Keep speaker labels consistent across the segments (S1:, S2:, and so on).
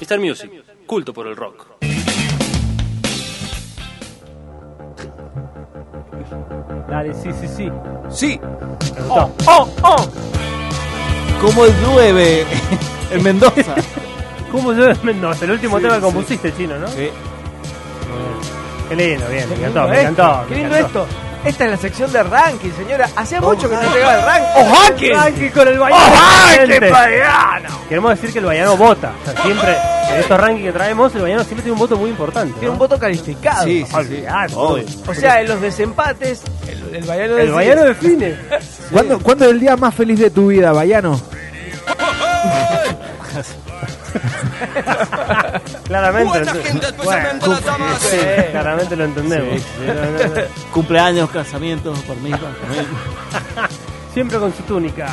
S1: Star Music, culto por el rock.
S2: Dale, sí, sí, sí.
S3: Sí,
S2: Me gustó. ¡Oh, oh!
S3: como llueve en Mendoza.
S2: ¿Cómo yo Mendoza? El último
S3: Sí,
S2: tema que
S3: sí.
S2: compusiste, chino, ¿no?
S3: Sí.
S2: Qué lindo, bien, me
S4: Qué
S2: encantó,
S4: lindo
S2: me
S4: esto,
S2: encantó.
S4: Qué
S2: me
S4: lindo
S2: encantó.
S4: esto. Esta es la sección de ranking, señora. Hacía
S3: Vamos
S4: mucho que no
S3: a-
S4: llegaba el ranking.
S3: ¡Oh, ranking!
S4: Ranking con el baile.
S3: ¡Ajá! ¡Qué
S2: gente.
S3: pagano!
S2: Queremos decir que el Bayano vota. O sea, siempre, en estos rankings que traemos, el Bayano siempre tiene un voto muy importante. ¿no?
S4: Tiene un voto calificado.
S3: Sí, sí, sí.
S2: Olvidate,
S3: Obvio.
S4: O sea, en los desempates, el, el baiano
S2: El
S4: decide.
S2: Bayano define.
S5: ¿Cuándo, cuándo es el día más feliz de tu vida, Bayano?
S2: Claramente. lo ent- Bueno, sí, claramente lo entendemos. No, no, no.
S3: Cumpleaños, casamientos, por mí. por mí.
S2: Siempre con su túnica,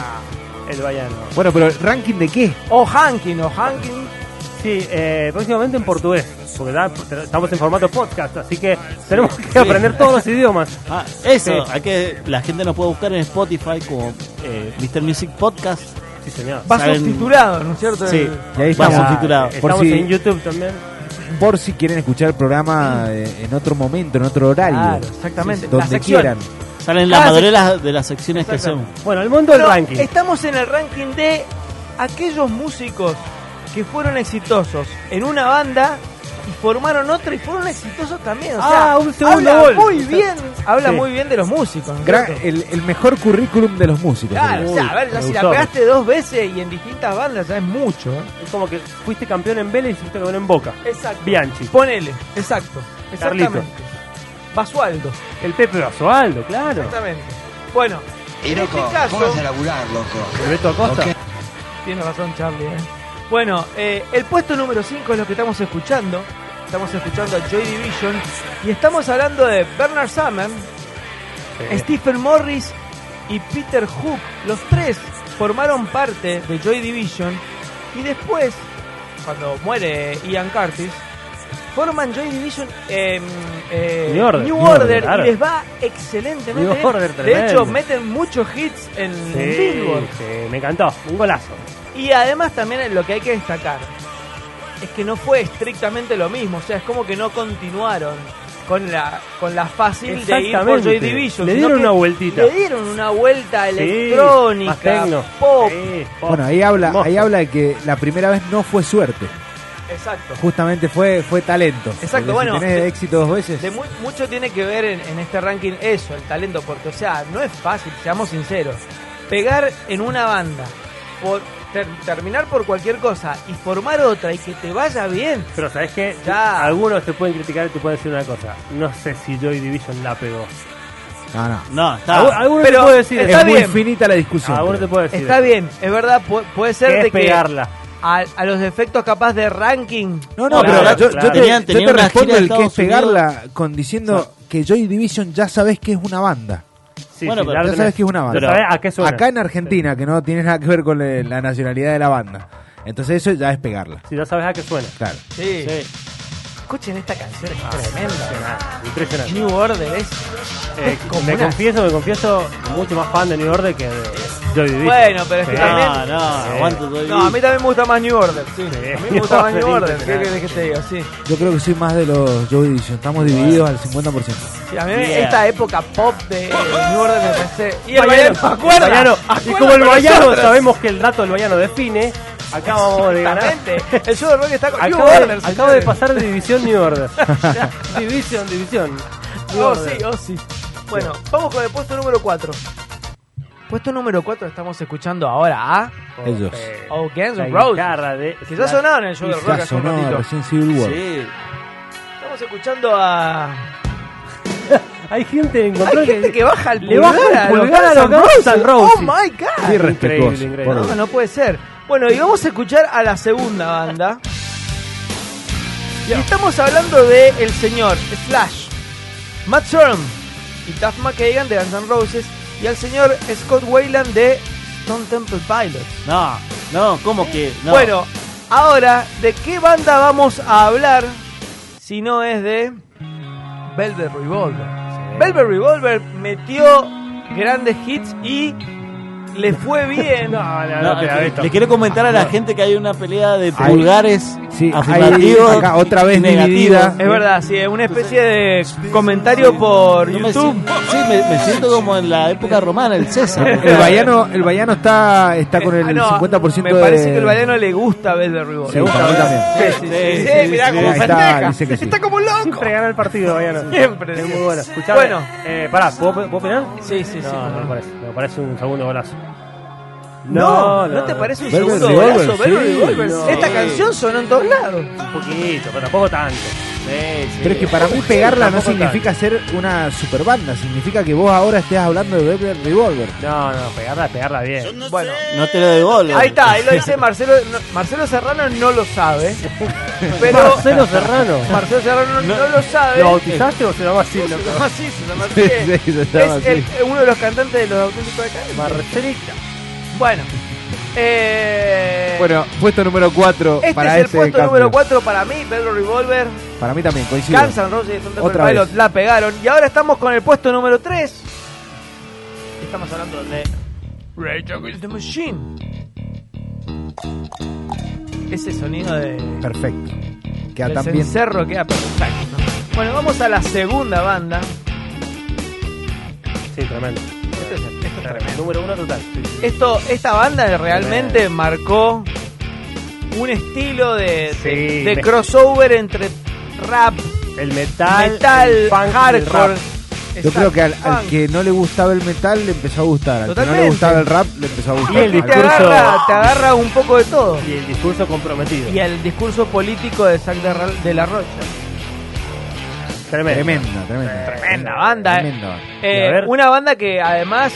S2: el Bayano.
S5: Bueno, pero ¿ranking de qué?
S4: O ranking, o ranking.
S2: Sí, eh, próximamente en portugués, porque da- estamos en formato podcast, así que tenemos que aprender todos los idiomas.
S3: Ah, eso,
S2: Sí.
S3: hay que, la gente nos puede buscar en Spotify como eh, Mr. Music Podcast.
S2: Sí, señor.
S4: Va
S3: Saben-
S4: subtitulado, ¿no es cierto?
S3: Sí,
S5: Y ahí
S3: va
S5: estamos.
S3: subtitulado.
S2: eh, Estamos
S5: Por si-
S2: en YouTube también.
S5: Por si quieren escuchar el programa eh, en otro momento, en otro horario.
S4: Claro, exactamente. La
S5: Donde
S4: sección.
S5: quieran.
S3: Salen las
S4: Ah, sí.
S3: madurelas de las secciones que hacemos.
S2: Bueno, el mundo del
S4: Pero
S2: ranking.
S4: Estamos en el ranking de aquellos músicos que fueron exitosos en una banda y formaron otra y fueron exitosos también. O sea,
S2: Ah, un segundo
S4: habla
S2: gol.
S4: muy bien, habla
S2: Sí.
S4: muy bien de los músicos. ¿no es
S5: Gran-
S4: cierto?
S5: el, el mejor currículum de los músicos.
S4: Claro, o sea, a
S2: Uy,
S4: ver, ya
S2: me
S4: si la
S2: gustó.
S4: pegaste dos veces y en distintas bandas ya es mucho. ¿eh?
S2: Es como que fuiste campeón en Vélez y fuiste campeón en Boca.
S4: Exacto.
S2: Bianchi.
S4: Ponele, exacto.
S2: Carlito.
S4: Exactamente. Basualdo,
S2: El Pepe Basualdo, claro.
S4: exactamente. Bueno, en este caso.
S6: laburar, loco.
S2: El Beto Acosta.
S6: Ok.
S4: Tiene razón Charlie. ¿eh? Bueno, eh, el puesto número 5 es lo que estamos escuchando. Estamos escuchando a Joy Division y estamos hablando de Bernard Summer,
S2: Eh,
S4: Stephen Morris y Peter Hook. Los tres formaron parte de Joy Division y después, cuando muere Ian Curtis, forman Joy Division eh, eh,
S2: New Order.
S4: New
S2: New Order,
S4: Order,
S2: claro.
S4: y les va excelentemente.
S2: New
S4: bien.
S2: Order,
S4: de hecho,
S2: tremendo.
S4: meten muchos hits en
S2: sí,
S4: Billboard.
S2: sí, me encantó. Un golazo.
S4: Y además también lo que hay que destacar es que no fue estrictamente lo mismo, o sea, es como que no continuaron con la con la fácil de ir por Joy
S2: Exactamente.
S4: Division.
S2: Le
S4: sino
S2: dieron
S4: que
S2: una vueltita.
S4: Le dieron una vuelta
S2: Sí, más
S4: electrónica,
S2: tecno.
S4: pop,
S2: Sí, pop.
S5: Bueno, ahí habla,
S2: Hermoso.
S5: ahí habla de que la primera vez no fue suerte.
S4: exacto.
S5: Justamente fue, fue talento.
S4: Exacto,
S5: Porque si
S4: bueno,
S5: tenés
S4: de-
S5: éxito dos veces.
S4: De mu- mucho tiene que ver en, en este ranking eso, el talento, porque o sea, no es fácil, seamos sinceros. Pegar en una banda, por ter- terminar por cualquier cosa y formar otra y que te vaya bien,
S2: Pero sabes que
S4: Ya.
S2: algunos te pueden criticar y te pueden decir una cosa. No sé si Joy Division la pegó.
S5: No, no.
S3: No,
S2: Algu-
S3: está.
S2: algunos
S4: pero
S2: te pueden decir.
S4: está
S5: es
S4: bien.
S5: muy finita la discusión.
S2: Algunos te pueden decir.
S4: Está bien, es verdad, pu- puede ser
S2: ¿Qué
S4: de
S2: es pegarla.
S4: a, a los efectos capaz de ranking.
S5: No, no,
S2: Claro,
S5: pero yo,
S2: claro.
S5: yo te,
S3: Tenían-
S5: yo
S3: tenían
S5: te
S3: una
S5: respondo
S3: gira de
S5: el que es
S3: Estados
S5: pegarla con diciendo que Joy Division ya sabes que es una banda.
S2: Sí,
S3: Bueno,
S2: sí,
S3: pero-
S2: la
S3: Ya
S5: Ya
S2: verdad
S5: sabes que es una banda.
S2: Pero sabés a qué suena.
S5: Acá en Argentina, que no tiene nada que ver con la- la nacionalidad de la banda. Entonces eso ya es pegarla.
S2: Si ya sabes a qué suena.
S5: Claro.
S4: Sí.
S3: Sí.
S4: Escuchen esta canción,
S2: Ah,
S4: es tremenda.
S2: Impresionante. impresionante.
S4: New Order es.
S2: Eh,
S4: como
S2: me
S4: una-
S2: confieso, me confieso mucho más fan de New Order que de Joy Division.
S4: Bueno, pero es que
S2: Sí. Ah.
S4: también-
S3: No, no, aguanta Joy
S4: No, a mí
S3: Division.
S4: también me gusta más New Order. Sí.
S2: Sí.
S4: A mí me gusta más New
S2: New
S4: Order. ¿Qué
S2: Order,
S4: querés que te diga? Sí.
S5: Yo creo que soy más de los Joy Division. Estamos divididos al 50%.
S4: Sí, a mí
S3: Yeah.
S4: esta época pop de New Order me parece. Y el
S2: Bayano,
S4: Bayano, acuerda.
S2: el Bayano.
S4: acuerda
S2: y como el
S4: con
S2: Bayano
S4: nosotros.
S2: sabemos que el dato del Bayano define, acá vamos de ganar.
S4: Exactamente. El show de rock está con New
S2: Acabo,
S4: Order.
S2: de, acabo de
S4: señores.
S2: pasar de división New Order. división, división. New
S4: Oh,
S2: Order.
S4: sí, oh, sí. Bueno, vamos con el puesto número 4. Puesto número 4 estamos escuchando ahora a
S5: Ellos.
S2: Eh,
S4: Oh, Guns
S2: la
S4: N' Roses.
S2: guitarra de-
S4: Que ya sonaron en el show de rock
S5: Ya
S4: hace un ratito.
S5: sonó recién Civil War.
S3: Sí.
S4: Estamos escuchando a.
S2: Hay gente que encontró
S4: Hay gente que baja el
S2: le baja
S4: pulgar,
S2: el pulgar
S4: a los Guns N' Roses. Oh my
S5: Qué
S4: god.
S5: respetuoso,
S2: "Ah, increíble.
S5: por Dios.
S4: No, no puede ser. Bueno, y vamos a escuchar a la segunda banda. Y estamos hablando de el señor Slash, Matt Sorum y Duff McKagan de Guns N' Roses y al señor Scott Wayland de Stone Temple Pilots.
S3: No, no, ¿cómo que? No.
S4: Bueno, ahora, ¿de qué banda vamos a hablar si no es de Velvet Revolver? Velvet Revolver metió grandes hits y le fue bien.
S2: No, no,
S3: No,
S2: no, te la
S3: le-
S2: veto.
S3: le quiero comentar a la gente que hay una pelea de
S5: Ahí.
S3: pulgares
S5: Sí, ahí,
S3: afirmativos.
S5: acá, otra vez
S3: negativos.
S5: dividida.
S4: Es verdad, sí, es una especie de comentario por
S3: No me
S4: YouTube.
S3: siento- sí, me, me siento como en la época romana, el César.
S5: El Bayano, el Bayano está, está con el
S4: Ah, no,
S5: 50%
S4: Me parece
S5: de-
S4: que el baiano le gusta a Bel Ribón.
S5: Sí, a mí también.
S4: Sí, sí, sí, sí,
S3: Sí,
S4: sí,
S3: sí,
S4: mirá
S3: sí.
S4: cómo
S5: Ahí está,
S4: festeja.
S5: dice que sí.
S4: Está como loco.
S2: Siempre gana el partido, Bayano.
S4: Siempre.
S2: Es muy bueno. Escuchame,
S4: Bueno.
S2: eh, pará, ¿puedo, ¿puedo opinar?
S4: Sí, sí, sí.
S2: No, no me parece. Me parece un segundo golazo.
S4: No, no te parece un
S5: Velvet
S4: segundo
S5: Revolver,
S4: golazo,
S5: sí.
S4: Velvet Revolver?
S2: No.
S4: Esta canción sonó en todos lados.
S2: Un poquito, pero tampoco tanto. Sí, sí.
S5: Pero es que para mí pegarla no
S2: Tampoco
S5: significa ser una super banda, significa que vos ahora estés hablando de Velvet Revolver.
S2: No, no, pegarla, pegarla bien.
S4: Bueno,
S3: No te lo devuelvo.
S4: ahí está, ahí lo dice Marcelo. no, Marcelo Serrano no lo sabe. Pero
S2: Marcelo Serrano.
S4: Marcelo Serrano no, lo sabe.
S2: ¿Lo bautizaste o se llama así?
S4: Se
S2: loco?
S4: llama así, se llama así.
S5: Sí, sí, se llama
S4: es
S5: así.
S4: el- uno de los cantantes de los auténticos de acá.
S2: Marcelita.
S4: Bueno, eh,
S5: Bueno, puesto número 4
S4: este
S5: para
S4: es el
S5: ese
S4: puesto
S5: cambio.
S4: número 4 para mí, Pedro Revolver,
S5: Para mí también, coincido.
S4: Guns N' Roses, Stone Temple
S5: Otra
S4: Pilots,
S5: vez.
S4: la pegaron. Y ahora estamos con el puesto número 3. Estamos hablando de Rage Against the Machine. Ese sonido de
S5: Perfecto. Queda
S4: del
S5: tan bien.
S4: cencerro queda perfecto. Bueno, vamos a la segunda banda.
S2: Sí, tremendo.
S4: Esto es- esto es tremendo.
S2: Número uno total.
S4: Esto, esta banda realmente marcó un estilo de, de-
S2: Sí,
S4: de
S2: me-
S4: crossover entre rap,
S2: El metal,
S4: metal,
S2: el funk, el
S4: hardcore.
S2: rap.
S5: Yo creo que al,
S4: Exacto,
S5: al
S4: funk.
S5: que no le gustaba el metal le empezó a gustar. Al que no
S4: Totalmente.
S5: le gustaba el rap le empezó a gustar.
S2: Y el
S5: Al-
S4: te
S2: discurso-
S4: agarra, te agarra un poco de todo.
S2: Y el discurso comprometido.
S4: Y el discurso político de Zack de Ra- de la Rocha.
S2: Tremendo.
S5: Tremenda, tremenda.
S4: Tremenda banda, eh.
S5: Tremenda.
S4: Eh,
S2: a ver.
S4: una banda que además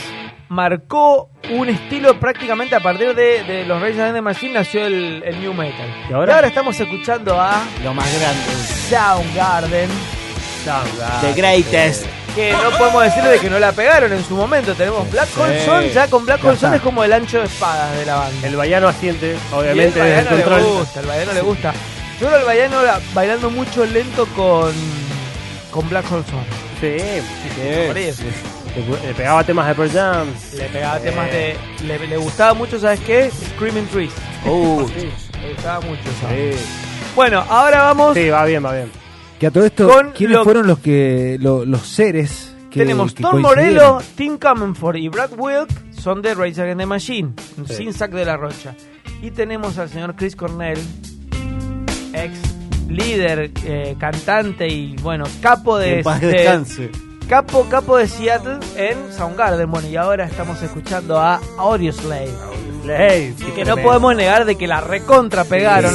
S4: marcó un estilo prácticamente a partir de, de los Reyes de Machine nació el, el New Metal.
S2: ¿Y ahora?
S4: y ahora estamos escuchando a
S3: Lo más grande.
S4: Soundgarden.
S2: Soundgarden.
S3: The greatest.
S4: que no podemos decir de que no la pegaron en su momento. Tenemos Black Colson, ya con Black
S5: Ya
S4: Colson
S5: está.
S4: es como el ancho de espadas de la banda.
S2: El vallano asiente, obviamente,
S4: Y el
S2: desde el
S4: baiano le
S2: control.
S4: gusta, el baiano le gusta. Yo creo el baiano la- bailando mucho lento con, con Black Colson.
S2: Sí,
S4: Por eso.
S2: le, le pegaba temas de Pearl Jam.
S4: Le pegaba temas de. Le, le gustaba mucho, ¿sabes qué? Screaming Trees.
S3: Uh,
S4: Le gustaba mucho esa banda. Bueno, ahora vamos.
S2: Sí, va bien, va bien.
S5: Que a todo esto,
S4: Con
S5: ¿quiénes
S4: lo-
S5: fueron los que lo- los seres que
S4: Tenemos
S5: que
S4: Tom
S5: coincidieron?
S4: Morello, Tim Comenford y Brad Wilk son de Rage Against the Machine, sin Zack de la Rocha. Y tenemos al señor Chris Cornell, ex líder, eh, cantante y bueno, capo de, este
S3: en paz
S4: de-
S3: descanse.
S4: capo capo de Seattle en Soundgarden. Bueno, y ahora estamos escuchando a Audioslave,
S2: Hey,
S4: que no podemos negar de que la recontra pegaron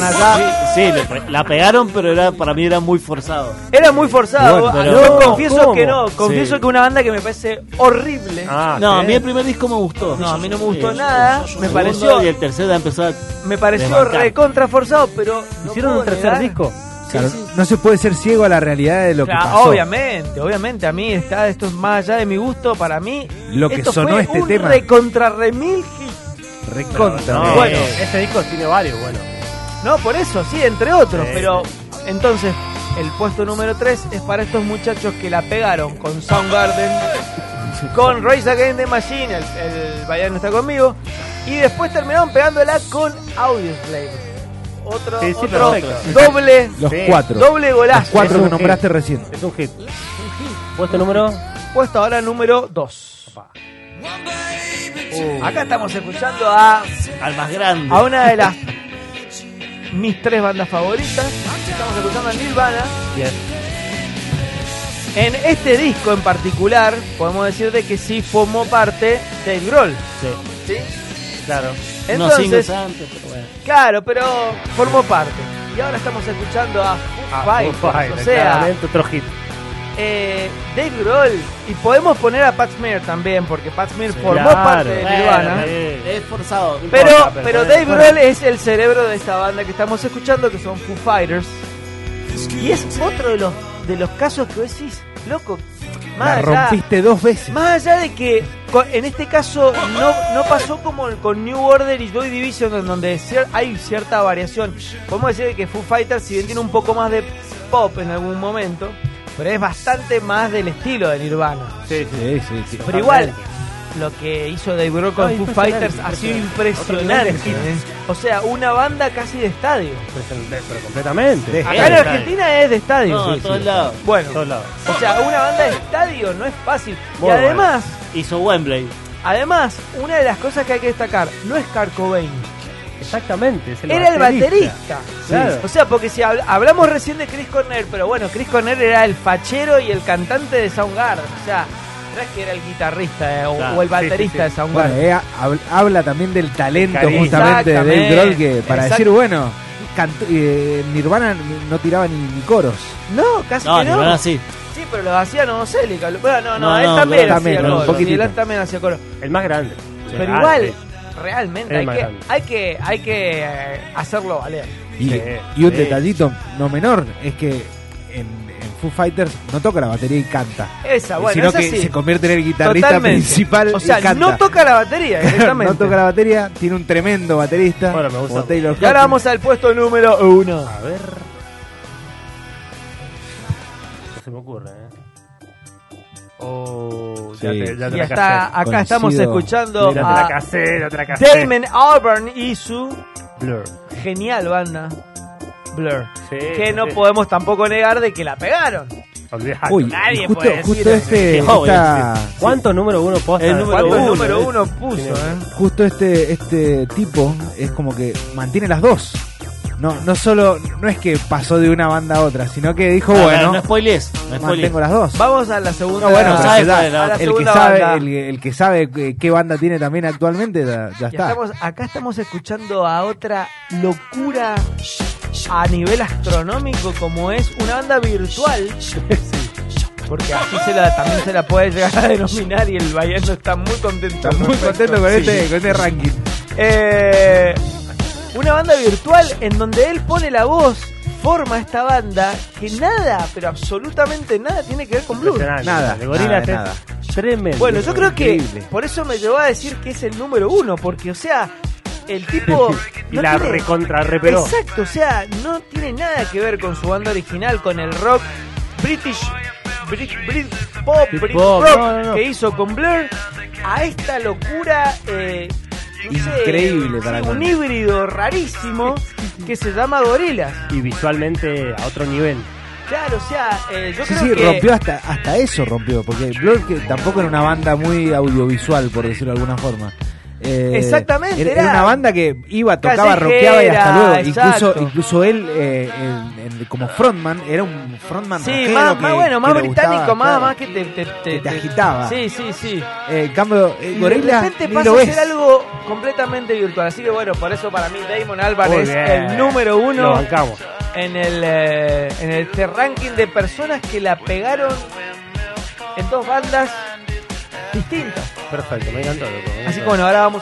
S3: Sí,
S4: allá.
S3: sí, le pe- la pegaron, pero era para mí era muy forzado.
S4: Era muy forzado. Ah,
S3: Bueno, pero-
S4: Yo
S3: No,
S4: confieso
S2: ¿cómo?
S4: que no, confieso
S3: Sí.
S4: que una banda que me parece horrible.
S2: Ah,
S3: No, a
S2: sí.
S3: mí el primer disco me gustó.
S4: No, a mí no me gustó
S3: Sí.
S4: nada. Me
S3: Segundo
S4: pareció,
S3: Y el tercero empezó a.
S4: me pareció
S3: desbancar.
S4: recontraforzado, pero. no
S2: ¿Hicieron
S4: puedo
S2: un tercer
S4: negar-
S2: disco?
S5: Claro, No se puede ser ciego a la realidad de lo
S4: Claro,
S5: que pasó.
S4: obviamente, obviamente. A mí está, esto es más allá de mi gusto. Para mí,
S5: Lo que
S4: esto
S5: sonó
S4: fue
S5: este
S4: un
S5: tema.
S4: recontra remil hit.
S5: Recontra.
S2: No,
S4: Bueno.
S2: eh, ese disco tiene varios, bueno.
S4: No, por eso, sí, entre otros.
S2: Sí.
S4: Pero entonces, el puesto número 3 es para estos muchachos que la pegaron con Soundgarden, con Race Against the Machine. El, el Bayern está conmigo. Y después terminaron pegándola con Audioslave. Otro,
S2: Sí, sí,
S4: otro
S2: perfecto.
S4: doble.
S5: Los
S2: Sí.
S5: cuatro.
S4: Doble
S5: Los
S4: golazo.
S5: cuatro
S2: Es
S5: que
S2: un
S5: nombraste recién.
S2: Es un hit. Puesto número.
S4: Puesto ahora número 2. Acá estamos escuchando a,
S3: Al más grande.
S4: a una de las mis tres bandas favoritas. Estamos escuchando a Nirvana.
S2: Bien.
S4: En este disco en particular, podemos decirte que sí formó parte de Grohl.
S2: Sí. Claro.
S3: Unos singles
S4: Entonces,
S3: antes, pero bueno.
S4: claro, pero formó parte. Y ahora estamos escuchando a Foo Fighters,
S2: Ah, Foo Fighters,
S4: o sea,
S2: claramente otro hit.
S4: eh, Dave Grohl. Y podemos poner a Pat Smear también, porque Pat Smear formó
S2: Claro.
S4: parte de Nirvana.
S2: Bueno,
S3: Es forzado. no
S4: Pero,
S3: importa,
S4: pero
S3: bueno.
S4: Dave Grohl es el cerebro de esta banda que estamos escuchando, que son Foo Fighters. Y es otro de los, de los casos que vos decís, loco, más
S5: La
S4: allá,
S5: rompiste dos veces.
S4: más allá de que co- en este caso no, no pasó como con New Order y Joy Division, en donde cier- hay cierta variación. Podemos decir que Foo Fighters, si bien tiene un poco más de pop en algún momento, pero es bastante más del estilo de Nirvana.
S2: Sí, sí.
S5: Sí, sí, sí.
S4: Pero igual, lo que hizo Dave Grohl con
S2: No,
S4: Foo
S2: impresionante,
S4: Fighters ha sido
S2: impresionante.
S4: impresionante.
S2: Otro nivel,
S4: O sea, una banda casi de estadio.
S2: Pero, Eh, pero completamente. Ah,
S5: De-
S4: Acá en
S2: estadio.
S4: Argentina es de estadio.
S3: No, a todos lados.
S4: Bueno,
S2: Todos lados.
S4: o sea, una banda de estadio no es fácil.
S2: Muy
S4: y además,
S3: Hizo Wembley.
S4: además, una de las cosas que hay que destacar, no es Kurt Cobain,
S2: Exactamente. es
S4: era el baterista.
S2: Claro.
S4: O sea, porque si habl- hablamos recién de Chris Cornell, pero bueno, Chris Cornell era el fachero y el cantante de Soundgarden. O sea, no es que era el guitarrista eh, o,
S2: Claro,
S4: o el
S2: sí, sí,
S4: baterista
S2: sí.
S4: de
S5: Bueno,
S4: Soundgarden.
S5: eh, hab- habla también del talento
S2: Carisma.
S5: justamente de Dave
S4: Exactamente.
S5: Grohl que para
S4: Exact-
S5: decir, bueno, cantó- eh, Nirvana no tiraba ni, ni coros.
S4: No, casi
S3: No,
S4: que no.
S3: no, no, sí.
S2: Eh,
S4: Sí, pero lo hacía no Celica. Bueno, no, no,
S3: No,
S4: él
S3: no,
S4: también hacía
S5: no, también,
S4: coro.
S5: un
S4: sí,
S5: poquitito.
S4: él también hacía coro.
S2: El más grande.
S4: Pero
S2: Ah,
S4: igual,
S2: sí.
S4: realmente
S2: Era
S4: hay
S2: más
S4: que,
S2: grande.
S4: hay que, hay que eh, hacerlo valer.
S5: Y,
S2: Sí,
S5: y un
S2: sí.
S5: detallito no menor es que en, en Foo Fighters no toca la batería y canta.
S4: Esa, Ah, bueno,
S5: sino
S4: esa
S5: que
S4: sí.
S5: se convierte en el guitarrista
S4: Totalmente.
S5: principal
S4: O sea,
S5: y canta.
S4: no toca la batería directamente.
S5: no toca la batería, tiene un tremendo baterista.
S2: Bueno, me gusta.
S5: como Taylor
S4: Y ahora
S5: Hawkins.
S4: vamos al puesto número uno.
S2: A ver. No se me ocurre, ¿eh? Oh, ya
S5: Sí.
S2: te, ya te
S4: Y
S2: la
S4: hasta acá
S5: Coincido.
S4: estamos
S2: casé.
S4: escuchando
S2: Ya te la
S4: a
S2: casé, ya te la casé.
S4: Damon Albarn y su
S2: Blur.
S4: genial banda Blur.
S2: Sí,
S4: que no
S2: sí.
S4: podemos tampoco negar de que la pegaron.
S2: Olvidate.
S5: Uy,
S4: nadie
S5: y justo,
S4: puede decir
S5: justo
S4: eso.
S5: este,
S3: Qué joven,
S5: esta-
S2: ¿Cuántos número uno posta?
S3: El número
S4: ¿Cuántos
S3: uno, Ah,
S4: número uno puso?
S2: Tiene-
S4: eh?
S5: justo este, este tipo es como que mantiene las dos. No, no solo, no es que pasó de una banda a otra, sino que dijo,
S3: Ah,
S5: bueno,
S3: No spoilees. No spoilees.
S5: mantengo las dos.
S4: Vamos a la segunda.
S5: No, bueno,
S3: No
S5: pero
S3: sabes
S5: se da.
S3: cuál es la
S4: a la
S3: otra.
S5: el que
S4: segunda
S5: sabe,
S4: banda.
S5: el, el que sabe eh, qué banda tiene también actualmente, ya, ya
S4: Y
S5: está.
S4: estamos- acá estamos escuchando a otra locura a nivel astronómico como es una banda virtual. Porque así se la, también se la puede llegar a denominar y el Bayern está muy contento.
S5: Está
S4: al
S5: muy
S4: respecto.
S5: contento con
S4: Sí.
S5: este, con este ranking.
S4: Eh, una banda virtual en donde él pone la voz, forma esta banda que nada, pero absolutamente nada tiene que ver con Blur.
S2: Impresionante.
S5: Nada,
S2: El gorila
S5: nada,
S2: te-
S5: nada.
S2: Tremendo.
S4: Bueno, yo creo que
S5: Increíble.
S4: por eso me llevó a decir que es el número uno, porque, o sea, el tipo.
S2: Y
S4: no
S2: la
S4: tiene-
S2: recontra reperó.
S4: Exacto, o sea, no tiene nada que ver con su banda original, con el rock British. Brit, Brit- pop, Brit
S2: Pop,
S4: rock
S2: no, no, no.
S4: que hizo con Blur a esta locura eh, no sé,
S5: Increíble para
S4: sí, un
S5: mí.
S4: híbrido rarísimo que se llama Gorilas.
S2: Y visualmente a otro nivel.
S4: Claro, o sea, eh, yo
S5: Sí,
S4: creo
S5: sí,
S4: que
S5: rompió hasta, hasta eso, rompió, porque Blur que tampoco era una banda muy audiovisual, por decirlo de alguna forma. Eh,
S4: Exactamente,
S5: Era, era
S4: era
S5: una banda que iba, tocaba,
S4: callejera,
S5: rockeaba y hasta luego.
S4: exacto.
S5: Incluso, incluso él, eh, en- en- como frontman, era un frontman
S4: Sí,
S5: rockero
S4: más,
S5: que-
S4: más bueno,
S5: que
S4: más
S5: le
S4: británico,
S5: gustaba,
S4: más,
S5: claro.
S4: más que te, te, te-
S5: Que te
S4: te-
S5: agitaba.
S4: Sí, sí, sí.
S5: Eh, en cambio, eh,
S4: Y de
S5: Gorilla,
S4: repente
S5: ni
S4: pasa
S5: lo
S4: a
S5: ves.
S4: ser algo completamente virtual. Así que bueno, por eso para mí Damon Albarn
S2: Muy
S4: es
S2: bien.
S4: el número
S2: Lo
S4: uno
S2: bancamos.
S4: en el eh, en este ranking de personas que la pegaron en dos bandas distintas.
S2: Perfecto, me encantó. loco, me
S4: Así que
S2: encantó.
S4: bueno, ahora vamos